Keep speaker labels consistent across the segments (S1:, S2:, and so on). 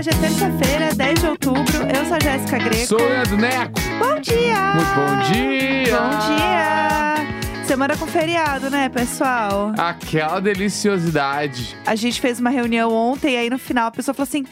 S1: é terça-feira, 10 de outubro. Eu sou a Jéssica Greco.
S2: Sou o Leandro Neco.
S1: Bom dia!
S2: Muito bom dia!
S1: Bom dia! Semana com feriado, né, pessoal?
S2: Ah, Aquela É deliciosidade.
S1: A gente fez uma reunião ontem, aí no final a pessoa falou assim: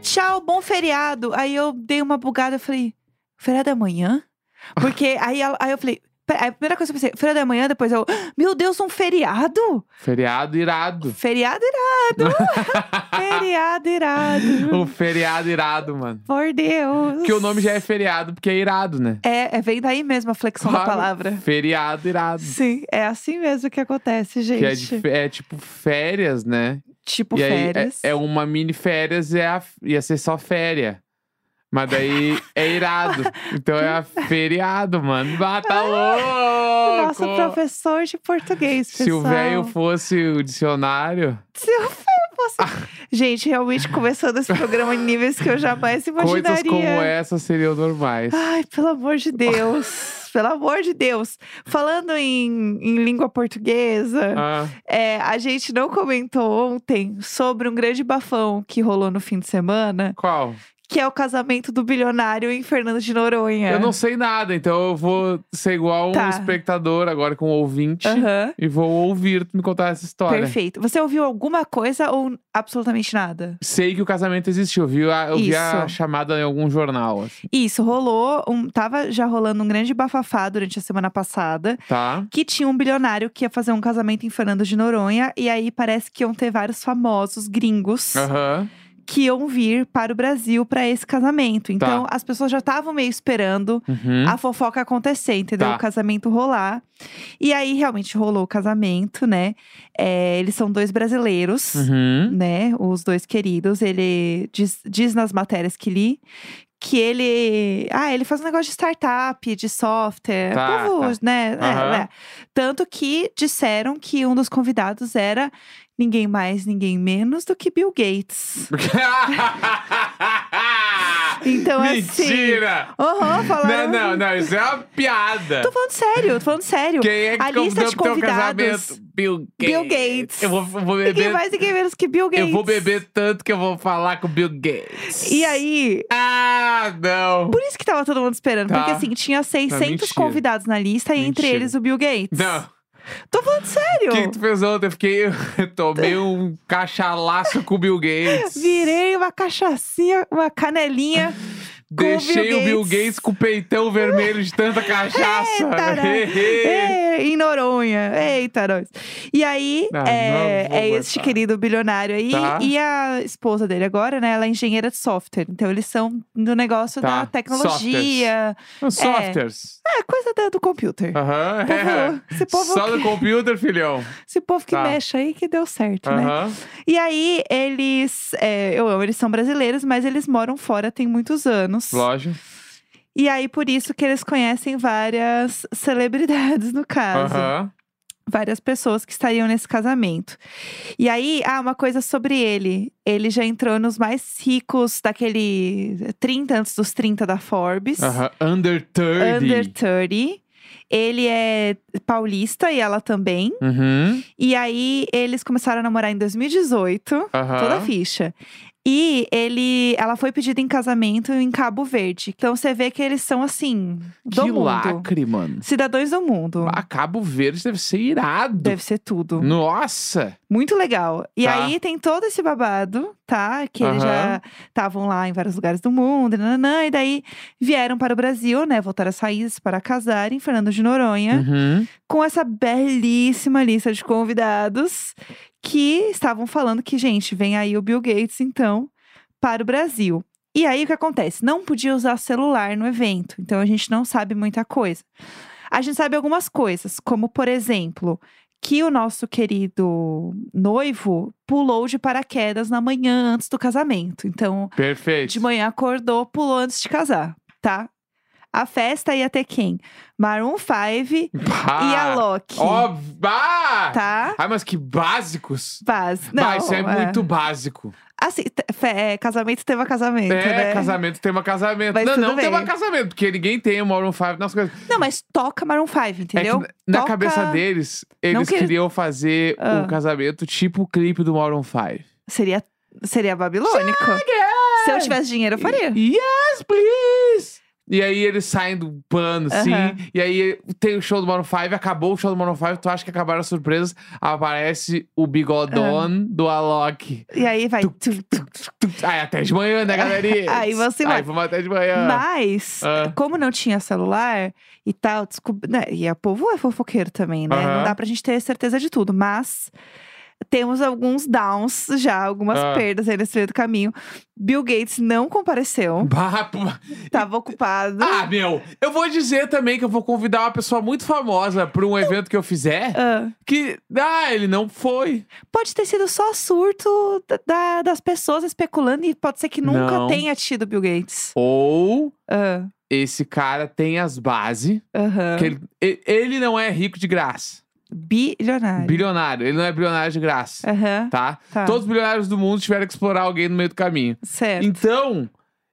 S1: tchau, bom feriado. Aí eu dei uma bugada, eu falei: feriado é amanhã? Porque aí, ela- aí eu falei. "Pera- aí A primeira coisa que eu pensei, feriado é amanhã, depois eu, "Ah, meu Deus, um feriado?
S2: Feriado irado.
S1: Feriado irado! feriado irado!
S2: o feriado irado, mano.
S1: Por Deus!
S2: Porque o nome já é feriado, porque é irado, né?
S1: É, é, vem daí mesmo a flexão da
S2: Claro,
S1: palavra.
S2: Feriado irado.
S1: Sim, é assim mesmo que acontece, gente.
S2: Que é, de fe- é tipo férias, né?
S1: Tipo
S2: e
S1: férias.
S2: aí é- é, uma mini férias e é a- ia ser só férias. Mas daí é irado. Então é a feriado, mano. Ah, tá louco!
S1: Nosso professor de português, pessoal.
S2: Se o velho fosse o dicionário,
S1: Se o velho fosse... Gente, realmente começando esse programa em níveis que eu jamais imaginaria.
S2: coisas como essas seriam normais.
S1: Ai, pelo amor de Deus. pelo amor de Deus. Falando em, em língua portuguesa,
S2: Ah,
S1: é, a gente não comentou ontem sobre um grande bafão que rolou no fim de semana,
S2: qual?
S1: que é o casamento do bilionário em Fernando de Noronha.
S2: Eu não sei nada, então eu vou ser igual um
S1: É. Tá.
S2: espectador agora com um ouvinte.
S1: Aham.
S2: E vou ouvir tu me contar essa história.
S1: Perfeito. Você ouviu alguma coisa ou absolutamente nada?
S2: Sei que o casamento existiu, viu? A- Eu vi a
S1: Isso.
S2: chamada em algum jornal, assim,
S1: Isso, rolou. Um, tava já rolando um grande bafafá durante a semana passada.
S2: tá?
S1: Que tinha um bilionário que ia fazer um casamento em Fernando de Noronha. E aí parece que iam ter vários famosos gringos
S2: Aham.
S1: que iam vir para o Brasil para esse
S2: Tá.
S1: casamento. Então as pessoas já estavam meio esperando
S2: Uhum.
S1: a fofoca acontecer, entendeu?
S2: Tá.
S1: O casamento rolar. E aí realmente rolou o casamento, né? É, eles são dois brasileiros.
S2: Uhum.
S1: né? Os dois queridos. Ele diz, diz nas matérias que li que ele. Ah, ele faz um negócio de startup, de software.
S2: Tá,
S1: povo,
S2: tá.
S1: né? é,
S2: Aham.
S1: né? Tanto que disseram que um dos convidados era ninguém mais, ninguém menos do que Bill Gates. Então,
S2: Mentira!
S1: assim. Aham, falaram.
S2: Não, não, não, isso é uma piada.
S1: Tô falando sério, tô falando sério.
S2: Quem é que
S1: A lista
S2: convidou
S1: de
S2: pro teu
S1: convidados.
S2: casamento? Bill Gates.
S1: Bill Gates.
S2: Eu vou, eu vou
S1: Ninguém
S2: beber.
S1: mais, ninguém menos que Bill Gates.
S2: Eu vou beber tanto que eu vou falar com o Bill Gates.
S1: E aí,
S2: Ah, não.
S1: Por isso que tava todo mundo esperando.
S2: Tá.
S1: Porque assim, tinha 600
S2: mentira.
S1: convidados na lista e entre
S2: Mentira.
S1: eles o Bill Gates.
S2: Não.
S1: Tô falando sério.
S2: O que, que tu fez ontem? Eu fiquei. eu tomei um cachalaço com o Bill Gates.
S1: Virei uma cachaçinha, uma canelinha. com o Bill
S2: Deixei o Bill Gates com o peitão vermelho de tanta cachaça.
S1: Eita, né?
S2: Hehe.
S1: É, em Noronha. Eita, nós. E aí,
S2: Ah,
S1: é,
S2: não vou
S1: é este
S2: aguentar.
S1: querido bilionário aí.
S2: Tá.
S1: E a esposa dele agora, né? Ela é engenheira de software. Então, eles são do negócio
S2: Tá.
S1: da tecnologia.
S2: Os Softwares.
S1: É, coisa da- do computer.
S2: Aham.
S1: é. Povo-
S2: é.
S1: esse povo
S2: Só
S1: que-
S2: no computer, filhão.
S1: Esse povo que
S2: Tá.
S1: mexe aí que deu certo, né?
S2: Aham.
S1: E aí, eles. é, eu amo, eles são brasileiros, mas eles moram fora tem muitos anos.
S2: Lógico.
S1: E aí, por isso que eles conhecem várias celebridades, no caso.
S2: Aham.
S1: Várias pessoas que estariam nesse casamento. E aí, ah, uma coisa sobre ele. Ele já entrou nos mais ricos daquele 30 antes dos 30 da Forbes.
S2: Aham. Under 30.
S1: Under 30. Ele é paulista e ela também.
S2: Uhum.
S1: E aí, eles começaram a namorar em 2018.
S2: Aham.
S1: toda a ficha. E ele, ela foi pedida em casamento em Cabo Verde. Então você vê que eles são assim, do
S2: Que
S1: mundo.
S2: lacre, mano.
S1: Cidadãos do mundo.
S2: Ah, Cabo Verde deve ser irado.
S1: Deve ser tudo.
S2: Nossa!
S1: Muito legal. E
S2: Hum. Tá.
S1: aí tem todo esse babado, tá? Que eles
S2: Aham.
S1: já estavam lá em vários lugares do mundo, nananã, e daí vieram para o Brasil, né? Voltaram a sair para casar em Fernando de Noronha,
S2: Uhum.
S1: com essa belíssima lista de convidados que estavam falando que, gente, vem aí o Bill Gates, então, para o Brasil. E aí o que acontece? Não podia usar celular no evento, então a gente não sabe muita coisa. A gente sabe algumas coisas, como por exemplo, que o nosso querido noivo pulou de paraquedas na manhã antes do casamento. Então,
S2: Perfeito.
S1: de manhã acordou, pulou antes de casar, tá? A festa ia ter quem? Maroon 5
S2: Bah.
S1: e a Loki.
S2: Ah, Ó, bah!
S1: Tá?
S2: Ai, mas que básicos.
S1: Base. Não,
S2: Bah, isso é, muito básico.
S1: Assim, te- fe- é, casamento tema casamento,
S2: é,
S1: né?
S2: casamento, tema casamento.
S1: Mas
S2: não,
S1: tudo
S2: não
S1: bem.
S2: tema casamento, porque ninguém tem o Maroon 5 nas coisas.
S1: Não, mas toca Maroon 5,
S2: É que
S1: entendeu?
S2: na- na
S1: Toca-
S2: cabeça deles, eles
S1: que-
S2: queriam fazer
S1: Ah.
S2: um casamento tipo o clipe do Maroon 5.
S1: Seria, seria babilônico. Se eu tivesse dinheiro, é? eu faria.
S2: Yes, please! E aí eles saem do pano, assim.
S1: Aham.
S2: E aí tem o show do Maroon 5, acabou o show do Maroon 5, tu acha que acabaram as surpresas, aparece o bigodon
S1: Ah.
S2: do Alok.
S1: E aí vai.
S2: Ai, até de manhã, né, galerinha?
S1: Aí você vai.
S2: Aí vamos até de manhã.
S1: Mas,
S2: Ah.
S1: como não tinha celular e tal, descobri... né, e o povo é fofoqueiro também, né?
S2: Aham.
S1: Não dá pra gente ter certeza de tudo, mas temos alguns downs já, algumas
S2: Ah.
S1: perdas aí nesse meio do caminho. Bill Gates não compareceu,
S2: Bah, pô.
S1: tava ocupado.
S2: Ah, meu, eu vou dizer também que eu vou convidar uma pessoa muito famosa pra um evento que eu fizer,
S1: Ah,
S2: que, ah, ele não foi.
S1: pode ter sido só surto da- da- das pessoas especulando e pode ser que nunca
S2: Não.
S1: tenha tido Bill Gates.
S2: Ou
S1: Ah,
S2: esse cara tem as bases,
S1: aham.
S2: que ele, e- ele não é rico de graça.
S1: Bilionário.
S2: Bilionário, ele não é bilionário de graça,
S1: Aham,
S2: tá?
S1: tá.
S2: Todos os bilionários do mundo tiveram que explorar alguém no meio do caminho.
S1: Certo.
S2: Então,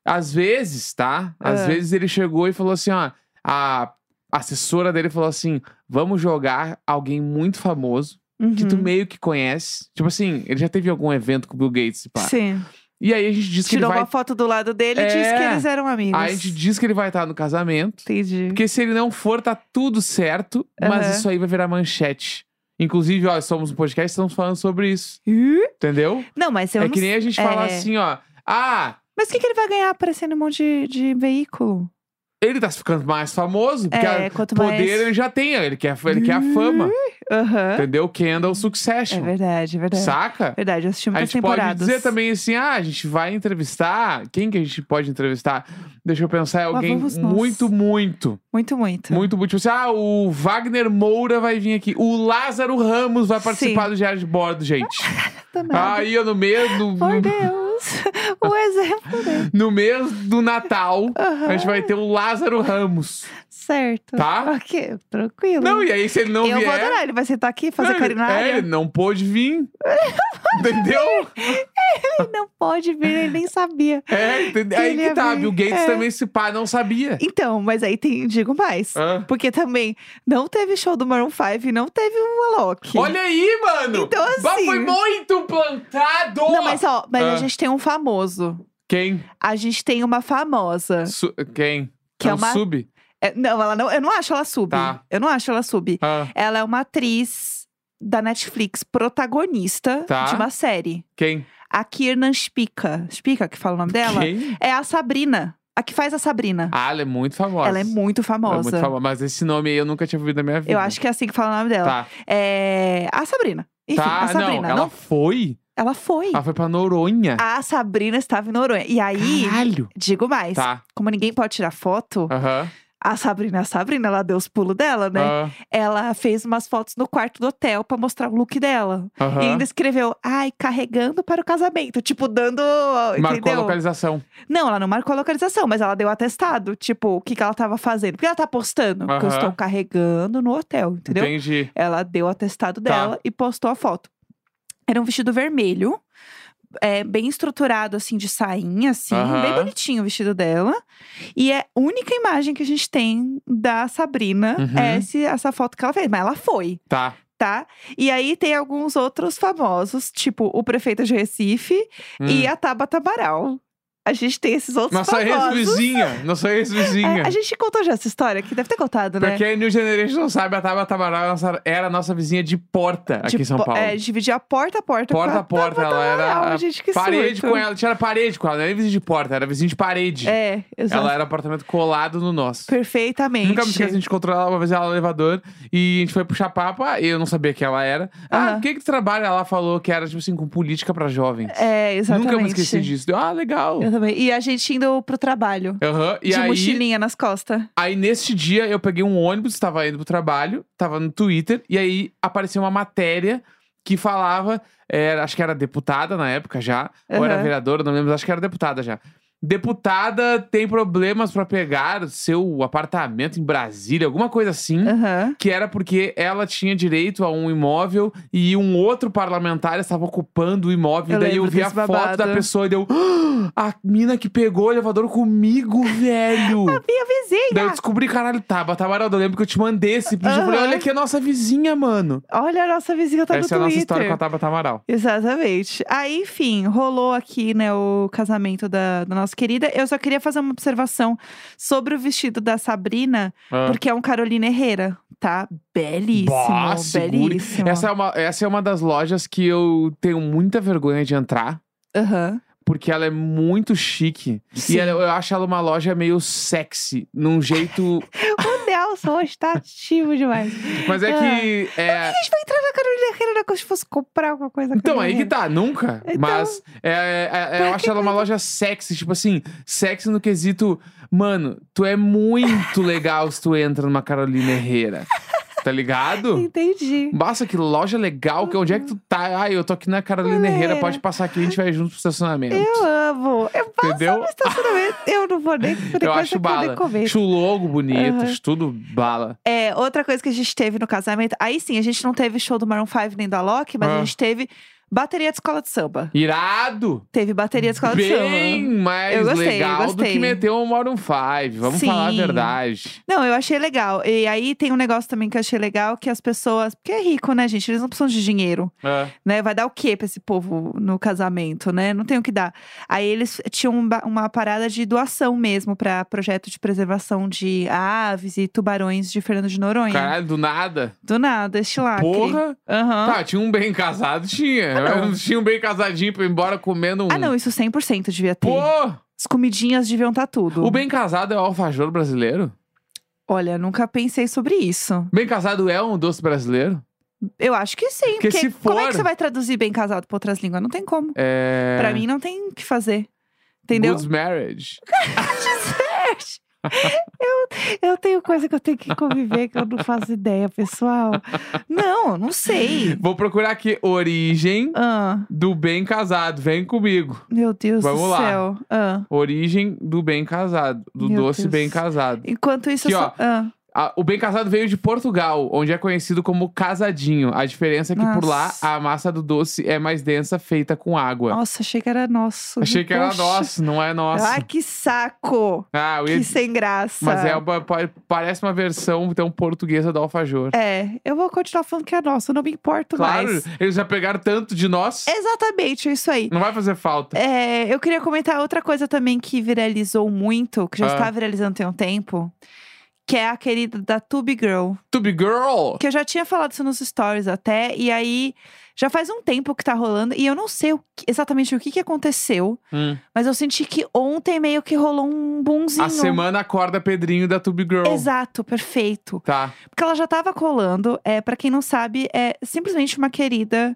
S2: às vezes, tá? Às
S1: Ah.
S2: vezes ele chegou e falou assim, ó, a assessora dele falou assim, vamos jogar alguém muito famoso que tu
S1: Uhum.
S2: meio que conhece. Tipo assim, ele já teve algum evento com o Bill Gates, pá.
S1: Sim.
S2: E aí a gente diz que ele
S1: Tirou
S2: vai.
S1: uma foto do lado dele e disse que
S2: É.
S1: eles eram amigos.
S2: Aí a gente diz que ele vai estar no casamento.
S1: Entendi.
S2: Porque se ele não for, tá tudo certo. Mas
S1: Aham.
S2: isso aí vai virar manchete. Inclusive, ó, somos um podcast, estamos falando sobre isso.
S1: Ih?
S2: Entendeu?
S1: Não, mas eu
S2: é
S1: não
S2: que nem a gente falar
S1: é.
S2: assim, ó. Ah,
S1: Mas o que, que ele vai ganhar aparecendo um monte de, de veículo?
S2: ele tá ficando mais famoso, porque
S1: É,
S2: a-
S1: quanto
S2: poder
S1: mais-
S2: ele já tem, ele quer, ele quer a fama.
S1: Aham.
S2: Entendeu? Kendall
S1: Uhum. É
S2: Succession.
S1: verdade, é verdade.
S2: saca?
S1: Verdade, eu assisti
S2: A
S1: muitas
S2: gente pode
S1: temporadas.
S2: dizer também assim, ah, a gente vai entrevistar. Quem que a gente pode entrevistar? Deixa eu pensar, é
S1: Lá
S2: alguém
S1: vamos nós. Tá.
S2: muito, muito,
S1: Muito, muito.
S2: muito, muito. Tipo assim, ah, o Wagner Moura vai vir aqui. O Lázaro Ramos vai participar
S1: Sim.
S2: do Diário de Bordo, gente.
S1: Do nada.
S2: Aí eu no mês do,
S1: Por
S2: no,
S1: Deus. o exemplo dele.
S2: no mês do Natal,
S1: Aham.
S2: a gente vai ter o Lázaro Ramos.
S1: Certo.
S2: Tá?
S1: Ok, tranquilo.
S2: Não, e aí se ele não
S1: eu
S2: vier...
S1: vou adorar. Ele vai sentar aqui, fazer
S2: não,
S1: carinho na
S2: é,
S1: área.
S2: ele não pôde vir. Entendeu? tá-
S1: Ele não pode vir, ele nem sabia.
S2: É, entende-
S1: Que
S2: aí
S1: ele
S2: que
S1: ia
S2: tá.
S1: vir.
S2: Bill Gates
S1: É.
S2: também se pá, não sabia.
S1: Então, mas aí tem, digo mais.
S2: Hã?
S1: Porque também não teve show do Maroon 5, não teve o Alok.
S2: Olha aí, mano!
S1: Então,
S2: Bah,
S1: assim-
S2: foi muito plantado!
S1: Não, mas ó, mas
S2: Ah.
S1: a gente tem um famoso.
S2: Quem?
S1: A gente tem uma famosa.
S2: Su- Quem?
S1: Que é
S2: um
S1: uma-
S2: sub?
S1: É, não, ela não. Eu não acho ela sub.
S2: Tá.
S1: Eu não acho ela sub.
S2: Ah,
S1: Ela é uma atriz da Netflix, protagonista
S2: Tá.
S1: de uma série.
S2: quem?
S1: A Kiernan Spica. Spica, que fala o nome dela?
S2: Quem?
S1: É a Sabrina. A que faz a Sabrina.
S2: Ah, ela é muito famosa.
S1: Ela é muito
S2: Ela é
S1: famosa.
S2: muito famosa. Mas esse nome aí eu nunca tinha ouvido na minha vida.
S1: Eu acho que é assim que fala o nome dela.
S2: Tá,
S1: É. A Sabrina. Enfim,
S2: tá.
S1: a Sabrina.
S2: não, ela foi.
S1: ela foi.
S2: Ela foi pra Noronha.
S1: A Sabrina estava em Noronha. E aí,
S2: Caralho!
S1: digo mais.
S2: Tá,
S1: Como ninguém pode tirar foto,
S2: aham.
S1: a Sabrina, é a Sabrina, ela deu os pulos dela, né?
S2: ah,
S1: ela fez umas fotos no quarto do hotel pra mostrar o look dela.
S2: Aham.
S1: E ainda escreveu, ai, carregando para o casamento. Tipo, dando.
S2: Marcou a
S1: entendeu?
S2: localização.
S1: Não, ela não marcou a localização, mas ela deu atestado. Tipo, o que, que ela tava fazendo. Porque ela tá postando que eu
S2: Aham.
S1: estou carregando no hotel, entendeu?
S2: Entendi.
S1: Ela deu o atestado
S2: Tá.
S1: dela e postou a foto. Era um vestido vermelho, é, bem estruturado, assim, de sainha, assim,
S2: Aham.
S1: bem bonitinho o vestido dela. E é a única imagem que a gente tem da Sabrina,
S2: Uhum.
S1: é esse- essa foto que ela fez. Mas ela foi,
S2: Tá.
S1: tá? E aí tem alguns outros famosos, tipo o prefeito de Recife e é
S2: Hum.
S1: a Tabata Amaral. A gente tem esses outros
S2: Nossa é
S1: famosos.
S2: ex-vizinha. Nossa ex-vizinha.
S1: É, a gente contou já essa história, que deve ter contado, né?
S2: Pra quem é New Generation não sabe, a Tabata Amaral era nossa- era a nossa vizinha de porta aqui
S1: De
S2: em São
S1: po-
S2: Paulo.
S1: É, dividia porta a porta. com
S2: porta a
S1: a
S2: porta, ela era
S1: Amaral,
S2: a
S1: gente, que
S2: parede
S1: surto.
S2: com ela. Tinha parede com ela, não era vizinha de porta, era vizinha de parede.
S1: É, exato.
S2: ela era um apartamento colado no nosso.
S1: Perfeitamente.
S2: Nunca me esqueço, a gente encontrou ela uma vez ela no elevador e a gente foi puxar papo. ah, Eu não sabia que ela era. Ah,
S1: Aham.
S2: o que que tu trabalha? Ela falou que era, tipo assim, com política pra jovens.
S1: É, exatamente.
S2: Nunca me esqueci disso. Deu, ah, legal.
S1: Eu também. E a gente indo pro trabalho.
S2: Aham. E
S1: de
S2: aí,
S1: mochilinha nas costas.
S2: Aí, neste dia, eu peguei um ônibus, tava indo pro trabalho, tava no Twitter, e aí apareceu uma matéria que falava, era- acho que era deputada na época já, ou era
S1: Aham.
S2: vereadora, não lembro, mas acho que era deputada já. Deputada tem problemas pra pegar seu apartamento em Brasília, alguma coisa assim.
S1: Aham.
S2: Que era porque ela tinha direito a um imóvel e um outro parlamentar estava ocupando o imóvel.
S1: Eu
S2: e daí eu
S1: lembro
S2: vi a
S1: desse babado.
S2: foto da pessoa e deu. "Ah, a mina que pegou o elevador comigo, velho!
S1: Minha vizinha!
S2: Daí eu descobri, caralho, tá, Batamaralda, eu lembro que eu te mandei esse print. Eu falei,
S1: Aham.
S2: olha aqui a nossa vizinha, mano.
S1: Olha a nossa vizinha tá
S2: Essa é a
S1: no
S2: nossa
S1: Twitter.
S2: história com a Tabata Amaral.
S1: Exatamente. Aí, enfim, rolou aqui, né, o casamento da, da nossa querida. Eu só queria fazer uma observação sobre o vestido da Sabrina,
S2: Ah.
S1: porque é um Carolina Herrera, tá? Belíssimo,
S2: Bah, segure.
S1: belíssimo.
S2: Essa é, uma, essa é uma das lojas que eu tenho muita vergonha de entrar,
S1: Aham.
S2: porque ela é muito chique.
S1: Sim.
S2: E ela- eu acho ela uma loja meio sexy, num jeito.
S1: O Nelson hoje tá ativo demais.
S2: Mas é que. é-
S1: A gente vai entrar na Carolina Herrera né, como se fosse comprar alguma coisa.
S2: Então,
S1: Carolina
S2: aí que
S1: Herrera.
S2: tá, nunca.
S1: Então-
S2: Mas é, é, é, eu acho ela uma loja sexy, tipo assim, sexy no quesito. Mano, tu é muito legal se tu entra numa Carolina Herrera. Tá ligado?
S1: Entendi.
S2: Basta que loja legal, que onde é que tu tá? Ah, eu tô aqui na Carolina Herrera, pode passar aqui, a gente vai junto pro estacionamento.
S1: é. Eu amo. Eu passo
S2: Entendeu?
S1: no estacionamento. Eu não vou nem por
S2: Eu
S1: enquanto
S2: acho
S1: eu vou nem
S2: bala.
S1: comer.
S2: Acho o logo bonito,
S1: Aham.
S2: acho tudo bala.
S1: É, outra coisa que a gente teve no casamento. Aí sim, a gente não teve show do Maroon 5 nem da Loki, mas
S2: Ah.
S1: a gente teve bateria de escola de samba.
S2: Irado!
S1: Teve bateria de escola de
S2: Bem
S1: samba.
S2: mais
S1: Eu gostei, eu
S2: legal do que
S1: gostei.
S2: meter um Maroon 5. Vamos falar a
S1: Sim.
S2: verdade.
S1: Não, eu achei legal. E aí tem um negócio também que eu achei legal, que as pessoas. Porque é rico, né, gente? Eles não precisam de dinheiro.
S2: Ah,
S1: né? Vai dar o quê pra esse povo no casamento, né? Não tem o que dar. Aí eles tinham um ba- uma parada de doação mesmo pra projeto de preservação de aves e tubarões de Fernando de Noronha.
S2: caralho, do nada.
S1: Do nada, este lacre.
S2: Porra!
S1: Aham.
S2: Tá, tinha um bem casado, tinha.
S1: Ah, não.
S2: Eu tinha um bem casadinho pra ir embora comendo um.
S1: Ah, não, isso 100% devia ter.
S2: Pô!
S1: As comidinhas deviam estar tudo.
S2: O bem casado é o alfajor brasileiro?
S1: Olha, nunca pensei sobre isso.
S2: Bem casado é um doce brasileiro?
S1: Eu acho que sim.
S2: Porque se
S1: Como é
S2: for-
S1: que você vai traduzir bem casado pra outras línguas? Não tem como.
S2: É.
S1: Pra mim, não tem o que fazer. Entendeu?
S2: Good marriage.
S1: Gisele, Eu, eu tenho coisa que eu tenho que conviver que eu não faço ideia, pessoal. Não, não sei.
S2: Vou procurar aqui. Origem
S1: Ah,
S2: do bem casado. Vem comigo.
S1: meu Deus
S2: Vamos
S1: do
S2: lá.
S1: céu. Ah,
S2: Origem do bem casado. Do
S1: Meu
S2: doce
S1: Deus.
S2: bem casado.
S1: enquanto isso,
S2: Aqui,
S1: eu só...
S2: ó.
S1: Ah,
S2: Ah, o bem casado veio de Portugal, onde é conhecido como casadinho. A diferença é que por lá
S1: Nossa.
S2: a massa do doce é mais densa, feita com água.
S1: nossa, achei que era nosso.
S2: Achei que era
S1: Poxa.
S2: nosso, não é nosso.
S1: Ai, que saco!
S2: Ah, eu ia
S1: Que sem graça.
S2: Mas é uma- pa- parece uma versão então portuguesa do alfajor.
S1: É, eu vou continuar falando que é nosso, eu não me importo
S2: claro,
S1: mais.
S2: eles já pegaram tanto de nós,
S1: Exatamente, é isso aí.
S2: não vai fazer falta.
S1: É, eu queria comentar outra coisa também que viralizou muito, que já
S2: Ah.
S1: está viralizando tem um tempo, que é a querida da Tube Girl.
S2: Tube Girl!
S1: Que eu já tinha falado isso nos stories até, e aí já faz um tempo que tá rolando, e eu não sei o que- exatamente o que, que aconteceu,
S2: Hum.
S1: mas eu senti que ontem meio que rolou um boomzinho.
S2: A semana acorda Pedrinho da Tube Girl.
S1: Exato, perfeito.
S2: Tá.
S1: Porque ela já tava colando, é, para quem não sabe, é simplesmente uma querida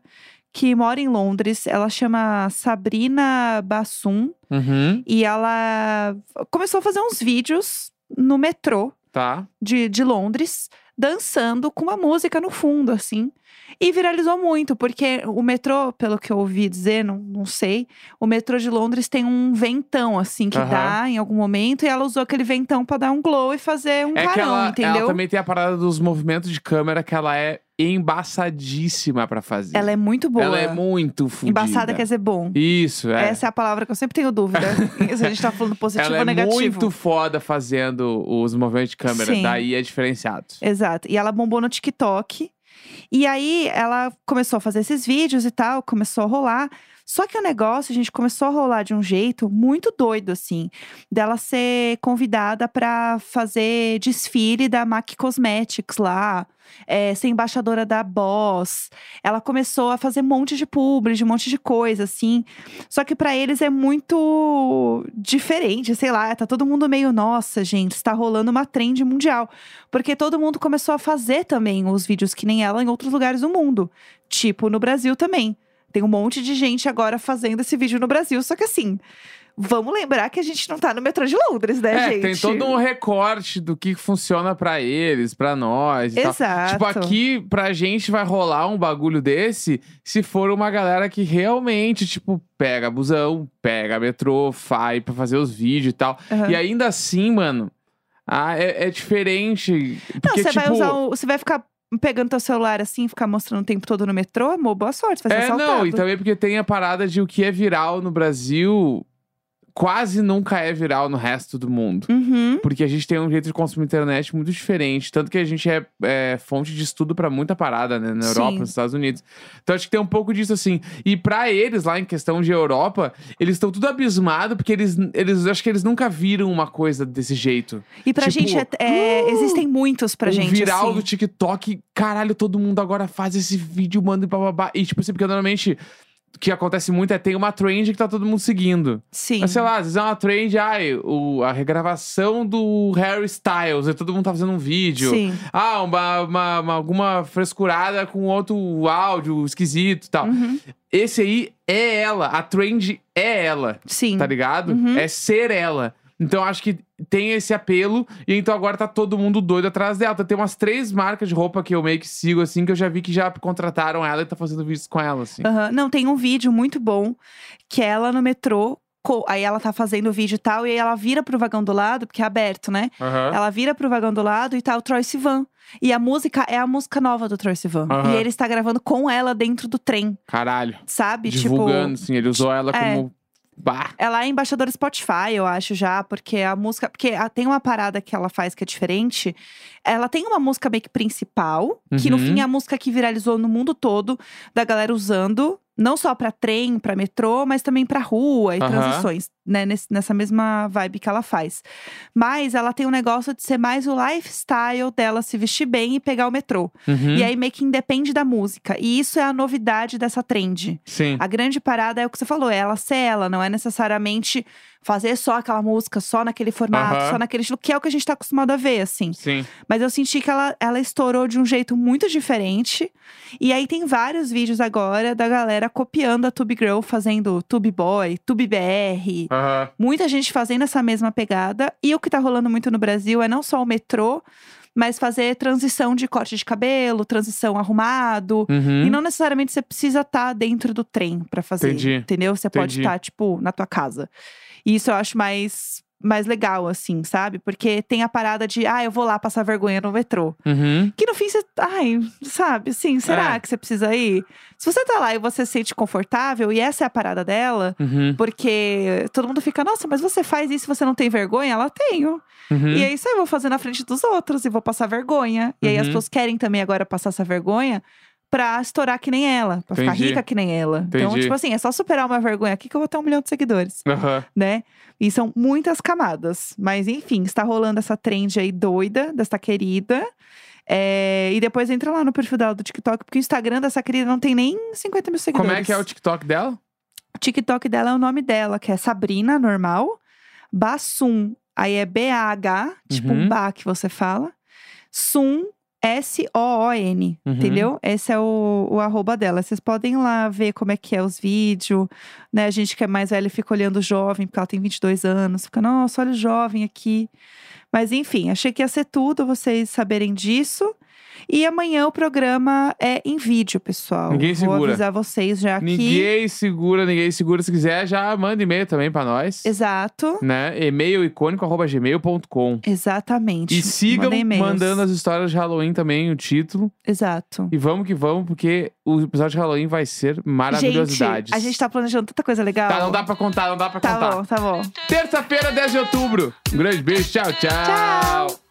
S1: que mora em Londres. Ela chama Sabrina Bassum.
S2: Uhum.
S1: E ela começou a fazer uns vídeos no metrô
S2: Tá.
S1: de, de Londres, dançando com uma música no fundo, assim. E viralizou muito, porque o metrô, pelo que eu ouvi dizer, não, não sei, o metrô de Londres tem um ventão, assim, que
S2: Aham.
S1: dá em algum momento. E ela usou aquele ventão pra dar um glow e fazer um
S2: é que
S1: carão,
S2: ela,
S1: entendeu?
S2: ela também tem a parada dos movimentos de câmera que ela é embaçadíssima pra fazer.
S1: Ela é muito boa.
S2: Ela é muito fudida.
S1: Embaçada quer dizer bom.
S2: Isso, é.
S1: Essa é a palavra que eu sempre tenho dúvida. se a gente tá falando positivo
S2: ela
S1: ou
S2: é
S1: negativo.
S2: muito foda fazendo os movimentos de câmera.
S1: Sim.
S2: Daí é diferenciado.
S1: Exato. E ela bombou no TikTok. E aí ela começou a fazer esses vídeos e tal, começou a rolar. Só que o negócio, gente, começou a rolar de um jeito muito doido, assim. Dela ser convidada pra fazer desfile da MAC Cosmetics lá, é, ser embaixadora da Boss. Ela começou a fazer um monte de publi, de um monte de coisa, assim. Só que pra eles é muito diferente, sei lá. Tá todo mundo meio, nossa, gente, está rolando uma trend mundial. Porque todo mundo começou a fazer também os vídeos que nem ela em outros lugares do mundo. Tipo, no Brasil também. Tem um monte de gente agora fazendo esse vídeo no Brasil, só que assim. Vamos lembrar que a gente não tá no metrô de Londres, né,
S2: É,
S1: gente?
S2: tem todo um recorte do que funciona pra eles, pra nós e tal.
S1: Exato.
S2: Tipo, aqui pra gente vai rolar um bagulho desse se for uma galera que realmente, tipo, pega busão, pega metrô, faz pra fazer os vídeos e tal.
S1: Aham.
S2: E ainda assim, mano, ah, é, é diferente.
S1: Não,
S2: Porque,
S1: você vai
S2: tipo,
S1: usar um o, Você vai ficar pegando teu celular assim, ficar mostrando o tempo todo no metrô, amor, boa sorte, vai ser
S2: É,
S1: assaltado.
S2: não, e também porque tem a parada de o que é viral no Brasil quase nunca é viral no resto do mundo.
S1: Uhum.
S2: Porque a gente tem um jeito de consumir internet muito diferente. Tanto que a gente é, é, fonte de estudo pra muita parada, né? Na Europa,
S1: Sim.
S2: nos Estados Unidos. Então acho que tem um pouco disso, assim. E pra eles, lá em questão de Europa, eles estão tudo abismados, porque eles, eles acho que eles nunca viram uma coisa desse jeito.
S1: E pra
S2: Tipo,
S1: gente, é- é, existem muitos pra
S2: um
S1: gente,
S2: viral
S1: assim.
S2: do TikTok, caralho, todo mundo agora faz esse vídeo, manda e bababá. E tipo assim, porque normalmente o que acontece muito é tem uma trend que tá todo mundo seguindo.
S1: Sim.
S2: Mas sei lá, às vezes é uma trend, ai, o, a regravação do Harry Styles, e todo mundo tá fazendo um vídeo.
S1: Sim.
S2: Ah, uma, uma- uma- alguma frescurada com outro áudio esquisito e tal.
S1: Uhum.
S2: Esse aí é ela, a trend é ela,
S1: Sim.
S2: tá ligado?
S1: Uhum.
S2: É ser ela. Então acho que tem esse apelo, e então agora tá todo mundo doido atrás dela. Tem umas três marcas de roupa que eu meio que sigo, assim, que eu já vi que já contrataram ela e tá fazendo vídeos com ela, assim.
S1: Aham. Não, tem um vídeo muito bom que é ela no metrô. co- Aí ela tá fazendo o vídeo e tal, e aí ela vira pro vagão do lado, porque é aberto, né?
S2: Aham.
S1: Ela vira pro vagão do lado e tá o Troy Sivan. E a música é a música nova do Troy Sivan.
S2: Aham.
S1: E ele está gravando com ela dentro do trem,
S2: Caralho.
S1: sabe?
S2: divulgando,
S1: Tipo.
S2: assim. Ele usou ela
S1: É.
S2: como. Bah.
S1: Ela é embaixadora Spotify, eu acho já, porque a música. Porque a- tem uma parada que ela faz que é diferente. Ela tem uma música meio que principal, que no
S2: Uhum.
S1: fim é a música que viralizou no mundo todo, da galera usando, não só pra trem, pra metrô, mas também pra rua e
S2: Aham.
S1: transições, né? nesse- nessa mesma vibe que ela faz. Mas ela tem um negócio de ser mais o lifestyle dela se vestir bem e pegar o metrô.
S2: Uhum.
S1: E aí meio que independe da música. E isso é a novidade dessa trend.
S2: Sim.
S1: A grande parada é o que você falou, é ela ser ela, não é necessariamente fazer só aquela música, só naquele formato,
S2: Aham.
S1: só naquele estilo, que é o que a gente tá acostumado a ver, assim.
S2: Sim.
S1: Mas eu senti que ela, ela estourou de um jeito muito diferente. E aí tem vários vídeos agora da galera copiando a Tube Girl, fazendo Tube Boy, Tube BR.
S2: Aham.
S1: Muita gente fazendo essa mesma pegada. E o que tá rolando muito no Brasil é não só o metrô, mas fazer transição de corte de cabelo, transição arrumado.
S2: Uhum.
S1: E não necessariamente você precisa estar dentro do trem pra fazer,
S2: Entendi.
S1: entendeu? Você pode
S2: Entendi.
S1: estar tipo na tua casa. E isso eu acho mais mais legal assim, sabe? Porque tem a parada de, ah, eu vou lá passar vergonha no metrô.
S2: Uhum.
S1: Que no fim você, ai, sabe? Sim, será
S2: É.
S1: que você precisa ir? Se você tá lá e você se sente confortável e essa é a parada dela,
S2: Uhum.
S1: porque todo mundo fica, nossa, mas você faz isso, você não tem vergonha? Ela tenho.
S2: Uhum.
S1: E é isso aí, eu vou fazer na frente dos outros e vou passar vergonha. E aí as
S2: Uhum.
S1: pessoas querem também agora passar essa vergonha pra estourar que nem ela, pra ficar
S2: Entendi.
S1: rica que nem ela. Então,
S2: Entendi.
S1: tipo assim, é só superar uma vergonha aqui que eu vou ter um milhão de seguidores,
S2: Aham.
S1: né? E são muitas camadas. Mas enfim, está rolando essa trend aí doida dessa querida. É, e depois entra lá no perfil dela do TikTok, porque o Instagram dessa querida não tem nem 50 mil seguidores.
S2: Como é que é o TikTok dela?
S1: O TikTok dela é o nome dela, que é Sabrina, normal. Bassum, aí é B-A-H, tipo
S2: Uhum.
S1: um Ba que você fala. Sum, S-O-O-N,
S2: Uhum.
S1: entendeu? Esse é o, o arroba dela. Vocês podem ir lá ver como é que é os vídeos, né? A gente que é mais velha fica olhando o jovem, porque ela tem 22 anos. Fica, nossa, olha o jovem aqui. Mas enfim, achei que ia ser tudo vocês saberem disso. E amanhã o programa é em vídeo, pessoal.
S2: Ninguém
S1: Vou
S2: segura.
S1: avisar vocês já aqui.
S2: Ninguém segura, ninguém segura. Se quiser, já manda e-mail também pra nós.
S1: Exato.
S2: Né? E-mail icônico arroba gmail.com.
S1: Exatamente.
S2: E sigam
S1: Mandem e-mails.
S2: mandando as histórias de Halloween também, o título.
S1: Exato.
S2: E vamos que vamos, porque o episódio de Halloween vai ser
S1: Gente,
S2: maravilhosidades.
S1: a gente tá planejando tanta coisa legal.
S2: Tá, não dá pra contar, não dá pra
S1: Tá
S2: contar.
S1: bom, tá bom.
S2: Terça-feira, 10 de outubro. Um grande beijo, tchau.
S1: Tchau.